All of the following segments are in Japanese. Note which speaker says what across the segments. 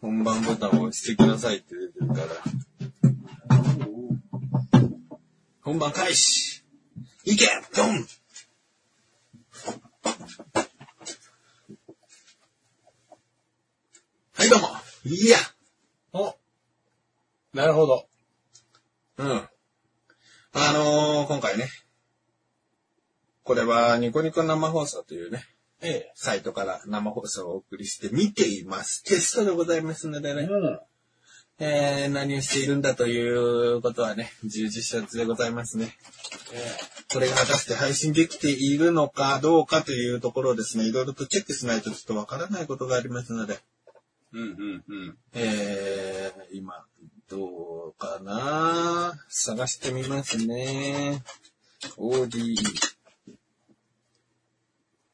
Speaker 1: 本番ボタンを押してくださいって出てるから。本番開始いけドンはい、どうもいや
Speaker 2: おなるほど。
Speaker 1: うん。あのー、今回ね、これはニコニコ生放送というね、
Speaker 2: え
Speaker 1: サイトから生放送をお送りして見ています。テストでございますので
Speaker 2: え。
Speaker 1: ね、
Speaker 2: ん。
Speaker 1: えー、何をしているんだということはね、重々承知でございますね。
Speaker 2: え
Speaker 1: これが果たして配信できているのかどうかというところをですね、いろいろとチェックしないとちょっとわからないことがありますので、
Speaker 2: うんうんうん。
Speaker 1: えー、今、どうかな探してみますね。ODE。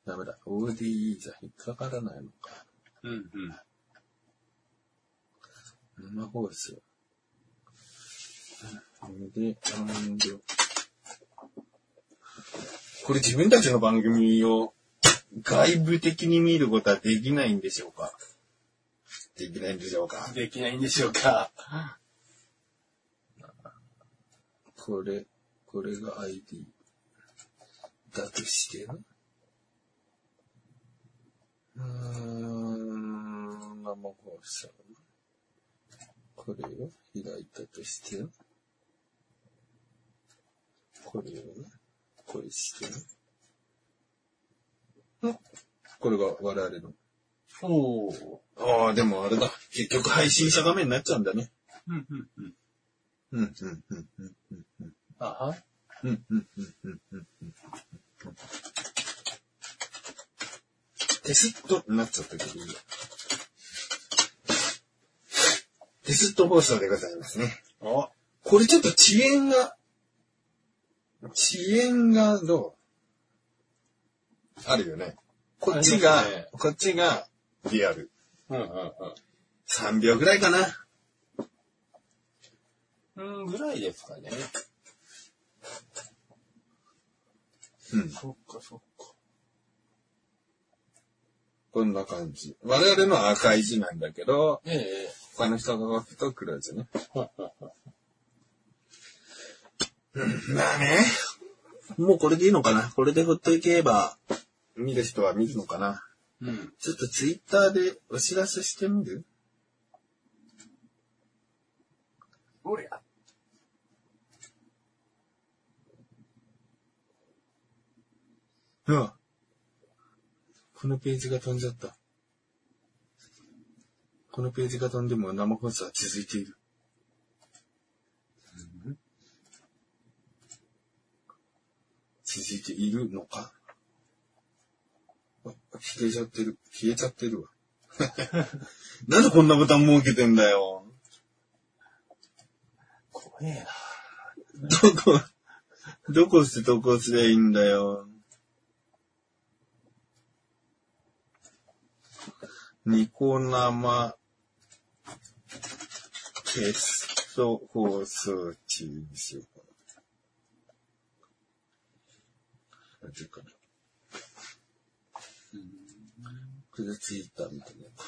Speaker 1: ダメだ。ODE じゃ引っかからないのか。
Speaker 2: うんうん。
Speaker 1: 生放送。で、完了。これ自分たちの番組を外部的に見ることはできないんでしょうかできないんでしょうか
Speaker 2: できないんでしょうか。
Speaker 1: これ、これが ID だとしてね。うーん、生放送。これを開いたとしてね。これをね、これしてね。んこれが我々の。
Speaker 2: おー。
Speaker 1: ああ、でもあれだ。結局配信者画面になっちゃうんだね。
Speaker 2: うんうんうん。
Speaker 1: うん、うん、うん、うん、うん、うん。
Speaker 2: あは。
Speaker 1: うんうんうんうんうんうんテストになっちゃったけどいいや。テスト放送でございますね。
Speaker 2: お
Speaker 1: これちょっと遅延が、遅延がどうあるよね。こっちが、
Speaker 2: ありますね
Speaker 1: こっちがリアル。
Speaker 2: うんうん
Speaker 1: 3秒ぐらいかな。
Speaker 2: うん。うん、ぐらいですかね。
Speaker 1: うん。
Speaker 2: そっかそっか。
Speaker 1: こんな感じ。我々の赤い字なんだけど、
Speaker 2: ええ。
Speaker 1: 他の人が書くと黒字ね。
Speaker 2: ははは
Speaker 1: まあね。もうこれでいいのかなこれでほっといけば、見る人は見るのかな
Speaker 2: うん。
Speaker 1: ちょっとツイッターでお知らせしてみる
Speaker 2: おりゃ。
Speaker 1: うわ。このページが飛んじゃった。このページが飛んでも生放送は続いている。続いているのかあ消えちゃってる。消えちゃってるわ。 なんでこんなボタン設けてんだよ。
Speaker 2: 怖えな。
Speaker 1: どこ、どこして投稿すりゃいいんだよ。ニコ生、テスト放送中にしようかな。あ、ちょっとかな。これでツイッター見てみようか。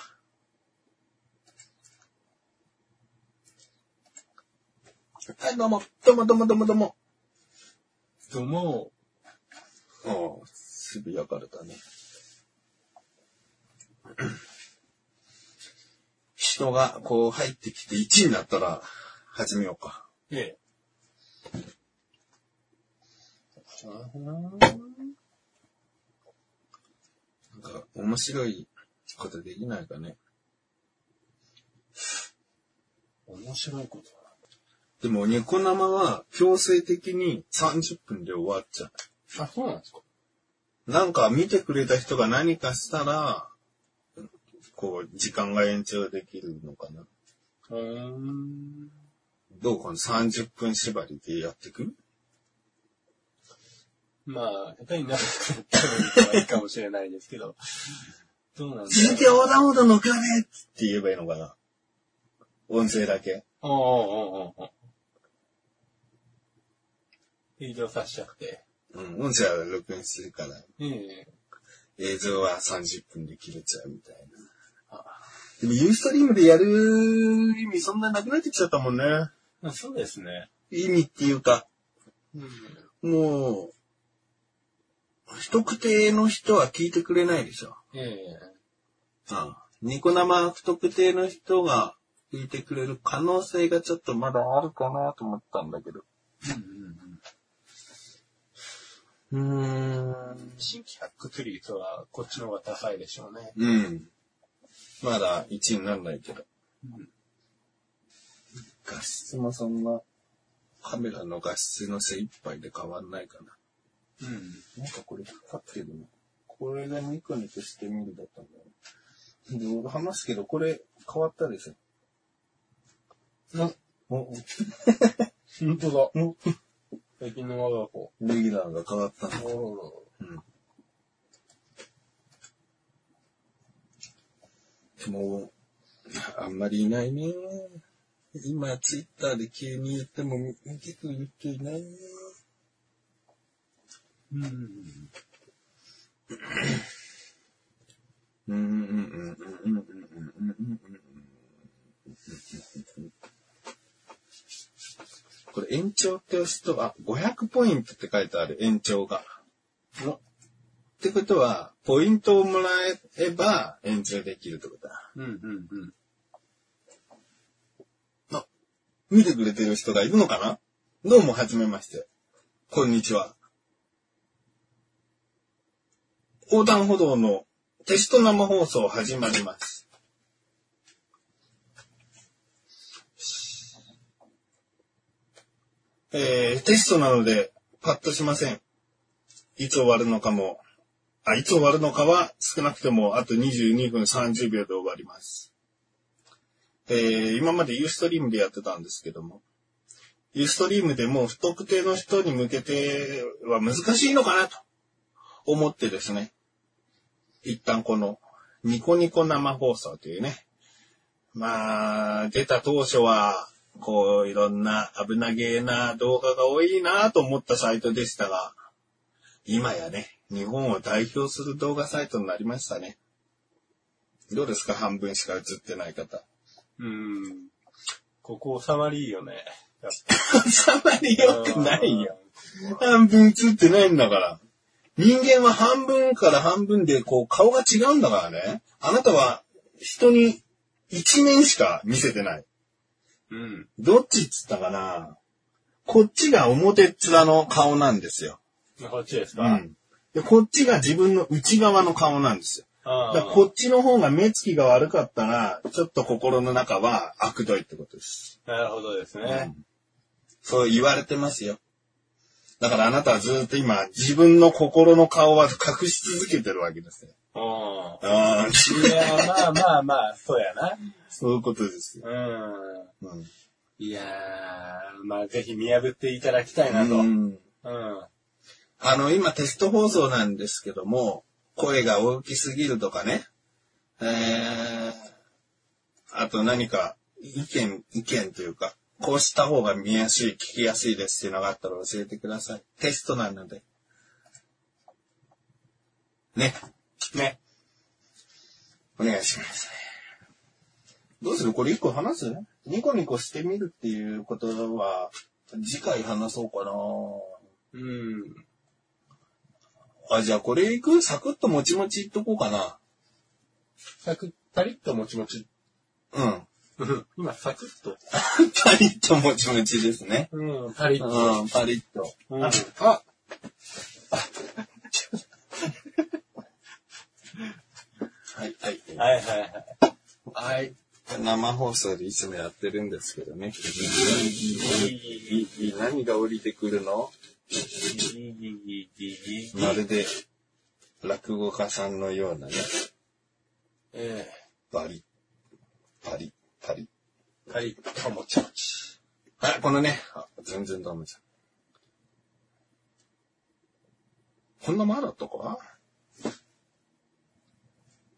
Speaker 1: はい、どうも、どうも、どうも、どうも、どうも。
Speaker 2: どうも。
Speaker 1: ああ、すぐ焼かれたね。 人がこう入ってきて1になったら始めようか。
Speaker 2: ええ。あは
Speaker 1: なんか面白いことできないかね。
Speaker 2: 面白いこと
Speaker 1: でもニコ生は強制的に30分で終わっちゃ
Speaker 2: だ。あ、そうなんですか。
Speaker 1: う。なんか見てくれた人が何かしたら、こう時間が延長できるのかな。
Speaker 2: うーん。
Speaker 1: どうこの30分縛りでやってく
Speaker 2: まあ、下手になるったらいいかもしれないですけど。どうなんだろう
Speaker 1: 続きは横断歩道の壁って言えばいいのかな音声だけ。
Speaker 2: おうおうおうおう営業させちゃって。
Speaker 1: うん、音声は録音するから、
Speaker 2: ええ
Speaker 1: 映像は30分で切れちゃうみたいな。でもユーストリームでやる意味そんななくなってきちゃったもんね。
Speaker 2: まあ、そうですね。
Speaker 1: 意味っていうか、
Speaker 2: うん。
Speaker 1: もう、不特定の人は聞いてくれないでしょ。
Speaker 2: ええ
Speaker 1: うん。ニコ生不特定の人が聞いてくれる可能性がちょっとまだあるかなと思ったんだけど。うーん。
Speaker 2: 新規発掘率はこっちの方が高いでしょうね。
Speaker 1: うん。まだ1位にならないけど。
Speaker 2: うん
Speaker 1: 画質もそんな、カメラの画質の精一杯で変わんないか
Speaker 2: うん。
Speaker 1: な。なんかこれ引っ張ってるの。これがニコニコしてみるだったんだよ。で、俺話すけど、これ変わったでしょ。
Speaker 2: な、
Speaker 1: お、
Speaker 2: 本当だ
Speaker 1: うん。
Speaker 2: 最近の我が子。
Speaker 1: レギュラーが変わったんだ。
Speaker 2: お
Speaker 1: でも、あんまりいないね。今、ツイッターで急に言っても、見てくれる人いないね。
Speaker 2: ーうん。
Speaker 1: うんうんうんうんうんうんうんうんうん。これ延長って押すと、あ、500ポイントって書いてある、延長が。
Speaker 2: お
Speaker 1: ってことは、ポイントをもらえば延長できるってことだ。
Speaker 2: うんうんうん。
Speaker 1: 見てくれてる人がいるのかなどうも、はじめまして。こんにちは。横断歩道のテスト生放送始まります。えー、テストなので、パッとしません。いつ終わるのかも、あ、いつ終わるのかは少なくてもあと22分30秒で終わります。えー今までユーストリームでやってたんですけども、ユーストリームでも不特定の人に向けては難しいのかなと思ってですね、一旦このニコニコ生放送というね、まあ、出た当初は、こう、いろんな危なげな動画が多いなと思ったサイトでしたが、今やね、日本を代表する動画サイトになりましたね。どうですか半分しか映ってない方。
Speaker 2: うん。ここ収まりいいよね。やっ
Speaker 1: 収まり
Speaker 2: ぱ
Speaker 1: 良 くないよ。。半分映ってないんだから。人間は半分から半分で、こう、顔が違うんだからね。あなたは、人に、一面しか見せてない。
Speaker 2: うん。
Speaker 1: どっちっつったかなこっちが表っ面の顔なんですよ。
Speaker 2: こっちですか、
Speaker 1: うん。で、こっちが自分の内側の顔なんですよ。
Speaker 2: あ
Speaker 1: だ
Speaker 2: あ
Speaker 1: からこっちの方が目つきが悪かったら、ちょっと心の中は悪どいってことです。
Speaker 2: なるほどです
Speaker 1: う
Speaker 2: ね。
Speaker 1: んそう言われてますよ。だからあなたはずーっと今、自分の心の顔は隠し続けてるわけですよ。
Speaker 2: うん。
Speaker 1: ああ、
Speaker 2: いや、まあまあまあ、そうやな。
Speaker 1: そういうことですよ。
Speaker 2: うん。
Speaker 1: うん。
Speaker 2: いやー、まあぜひ見破っていただきたいなと。
Speaker 1: う
Speaker 2: うん。
Speaker 1: んあの、今テスト放送なんですけども、声が大きすぎるとかね、えー、あと何か意見、意見というか、こうした方が見やすい、聞きやすいですっていうのがあったら教えてください。テストなので。ね。
Speaker 2: ね。
Speaker 1: お願いします。どうするこれ一個話すニコニコしてみるっていうことは、次回話そうか
Speaker 2: うん。
Speaker 1: なあ、じゃあこれいくサクッともちもちいっとこうかな。
Speaker 2: サクッ、パリッともちもち。
Speaker 1: うん。
Speaker 2: うん今、サクッと。
Speaker 1: パリッともちもちですね。
Speaker 2: うん、パリッと。
Speaker 1: うん、パリッと。
Speaker 2: うん。
Speaker 1: あはい、はい。
Speaker 2: はいはいはい。
Speaker 1: はい。生放送でいつもやってるんですけどね。何が降りてくるのまるで、落語家さんのようなね、
Speaker 2: え
Speaker 1: バリ、パリ、パリ。
Speaker 2: え、パリッともちもち。
Speaker 1: はい、このね、あ全然ダメじゃん。こんな前だったか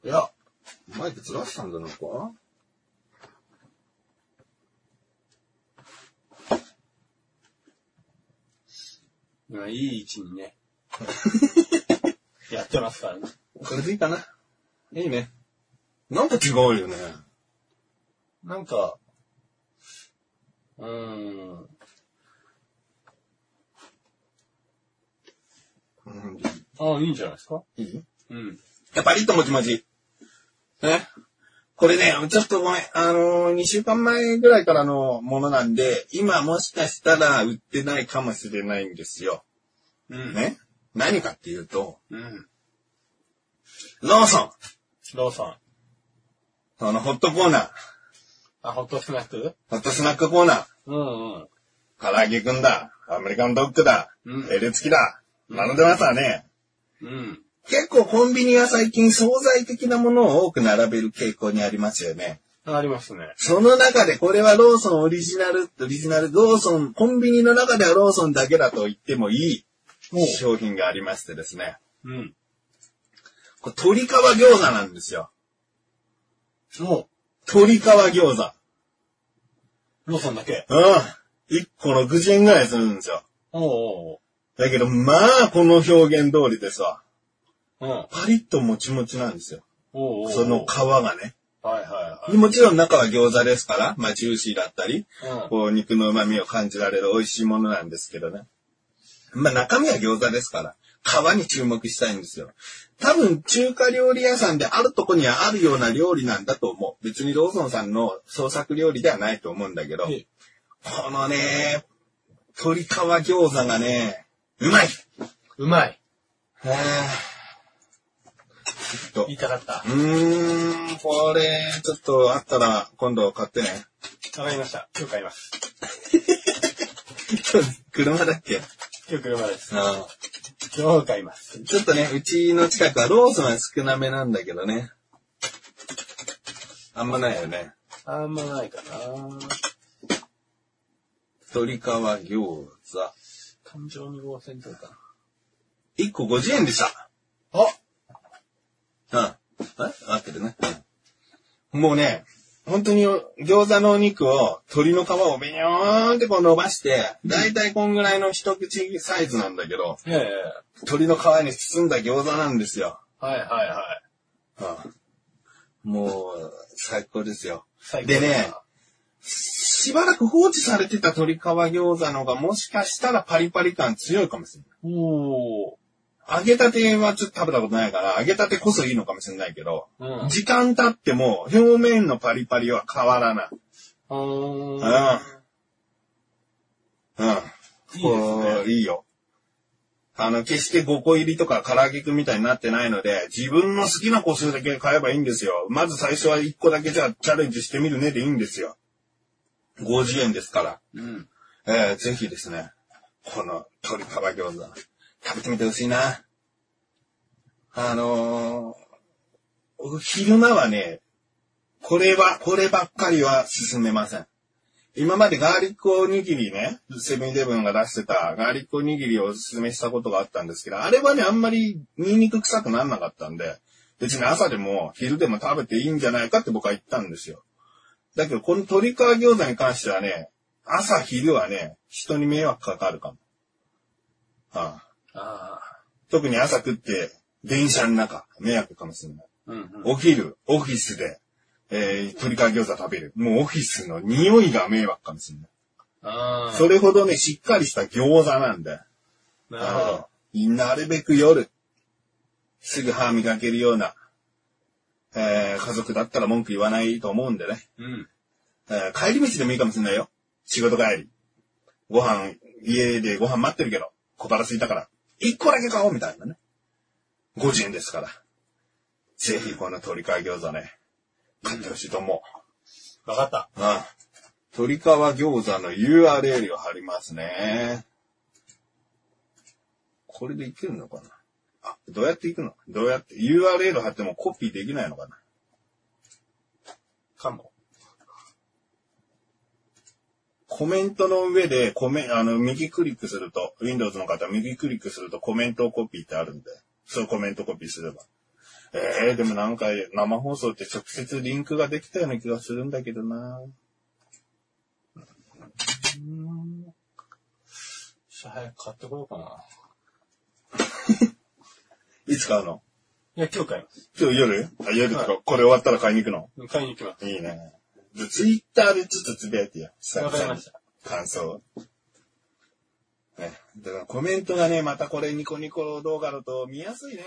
Speaker 1: いや、マイクずらしたんじゃないか
Speaker 2: 今、いい位置に ね。やってますからね。
Speaker 1: これでいいかないいね。なんか違うよね。
Speaker 2: なんか、うーん、
Speaker 1: うん。
Speaker 2: ああ、いいんじゃないですか
Speaker 1: いい
Speaker 2: うん。
Speaker 1: や、パリッともちもち。ね。これね、ちょっとごめん。あのー、2週間前ぐらいからのものなんで、今もしかしたら売ってないかもしれないんですよ。
Speaker 2: うん。
Speaker 1: ね。何かっていうと、
Speaker 2: うん。
Speaker 1: ローソン
Speaker 2: ローソン。
Speaker 1: そのホットコーナー、
Speaker 2: あ、ホットスナック
Speaker 1: ホットスナックコーナー、
Speaker 2: うんうん。
Speaker 1: 唐揚げくんだ、アメリカンドッグだ、
Speaker 2: うん
Speaker 1: エレ付きだ、並んでますわね。
Speaker 2: うん。
Speaker 1: 結構コンビニは最近惣菜的なものを多く並べる傾向にありますよね。
Speaker 2: ありますね。
Speaker 1: その中でこれはローソンオリジナル、オリジナル、ローソン、コンビニの中ではローソンだけだと言ってもい
Speaker 2: おう
Speaker 1: い商品がありましてですね。
Speaker 2: うん。
Speaker 1: これ鶏皮餃子なんですよ。
Speaker 2: も
Speaker 1: 鶏皮餃子。
Speaker 2: う、ローソンだけ。
Speaker 1: うん。1個60円ぐらいするんですよ。
Speaker 2: おう
Speaker 1: だけど、まあ、この表現通りですわ。
Speaker 2: おうおう。うん。
Speaker 1: パリッともちもちなんですよ。
Speaker 2: おうおうおう
Speaker 1: その皮がね。
Speaker 2: はいは
Speaker 1: もちろん中は餃子ですから、まあ、ジューシーだったり、
Speaker 2: いはい。
Speaker 1: こう、肉の旨味を感じられる美味しいものなんですけどね。まあ、中身は餃子ですから、皮に注目したいんですよ。多分、中華料理屋さんであるとこにはあるような料理なんだと思う。別にローソンさんの創作料理ではないと思うんだけど、
Speaker 2: うん。え
Speaker 1: このね、鶏皮餃子がね、うまいう
Speaker 2: まい。
Speaker 1: はぁちょっと
Speaker 2: 言いたかった
Speaker 1: う。ーん、これ、ちょっとあったら今度買 ってね。
Speaker 2: わかりました。今日買います。
Speaker 1: 今日、車だっけ
Speaker 2: 今日車です。
Speaker 1: あ
Speaker 2: 今日買います。
Speaker 1: ちょっとね、うちの近くはローソンは少なめなんだけどね。あんまないよね。
Speaker 2: あんまないかな
Speaker 1: 鶏皮餃子。
Speaker 2: 感情に合成というか。
Speaker 1: 1個50円でした。
Speaker 2: あ
Speaker 1: うん。あ、合ってるね。うんもうね、本当に餃子のお肉を鶏の皮をビヨーンってこう伸ばして、だいたいこんぐらいの一口サイズなんだけど、
Speaker 2: ええ
Speaker 1: 鶏の皮に包んだ餃子なんですよ。
Speaker 2: はいはいはい。
Speaker 1: うんもう、最高ですよ。
Speaker 2: 最
Speaker 1: でねしばらく放置されてた鶏皮餃子の方がもしかしたらパリパリ感強いかもしれな
Speaker 2: おお。
Speaker 1: い。揚げたてはちょっと食べたことないから、揚げたてこそいいのかもしれないけど、
Speaker 2: うん。
Speaker 1: 時間経っても表面のパリパリは変わらない。
Speaker 2: うん。
Speaker 1: うん。
Speaker 2: いいです
Speaker 1: こ
Speaker 2: ね。
Speaker 1: ういいよ。あの、決して5個入りとか唐揚げくんみたいになってないので、自分の好きな個数だけ買えばいいんですよ。まず最初は1個だけじゃあチャレンジしてみるねでいいんですよ。50円ですから。
Speaker 2: うん。
Speaker 1: えー、ぜひですね、この鶏皮餃子、食べてみてほしいな。あのー、昼間はね、これは、こればっかりは進めません。今までガーリックおにぎりね、セブンイレブンが出してたガーリックおにぎりをおすすめしたことがあったんですけど、あれはね、あんまりニンニク臭くなんなかったんで、別に朝でも昼でも食べていいんじゃないかって僕は言ったんですよ。だけど、この鶏皮餃子に関してはね、朝昼はね、人に迷惑かかるかも。ああ
Speaker 2: ああ。
Speaker 1: 特に朝食って、電車の中、迷惑かもしれない。
Speaker 2: うんうん。
Speaker 1: お昼、オフィスで、えー、鶏皮餃子食べる。もうオフィスの匂いが迷惑かもしれない。
Speaker 2: ああ。
Speaker 1: それほどね、しっかりした餃子なんで。
Speaker 2: なるほ
Speaker 1: あのなるべく夜、すぐ歯磨けるような、えー、家族だったら文句言わないと思うんでね。
Speaker 2: ど。うん。
Speaker 1: えー帰り道でもいいかもしれないよ。仕事帰り。ご飯、家でご飯待ってるけど、小腹空いたから、一個だけ買おうみたいなね。50円ですから。ぜひこの鶏皮餃子ね、買ってほしいと思
Speaker 2: わかった。
Speaker 1: う。ああ鶏皮餃子の URL を貼りますね。これでいけるのかなあ、どうやっていくのどうやって ?URL 貼ってもコピーできないのかな
Speaker 2: かも。
Speaker 1: コメントの上で、コメン、あの、右クリックすると、Windows の方、右クリックするとコメントをコピーってあるんで、そうコメントコピーすれば。えー、でもなんか生放送って直接リンクができたような気がするんだけどな
Speaker 2: うん。ちょっと早く買ってこようかな。
Speaker 1: いつ買うの
Speaker 2: いや、今日買います。
Speaker 1: 今日夜あ、夜と
Speaker 2: は
Speaker 1: か、これ終わったら買いに行くの
Speaker 2: 買いに行きます。
Speaker 1: いいね。でツイッターでちょっとつぶやいてよ。久
Speaker 2: わかりま
Speaker 1: 々に
Speaker 2: した。
Speaker 1: 感想を。ね。だからコメントがね、またこれニコニコ動画だと見やすいね。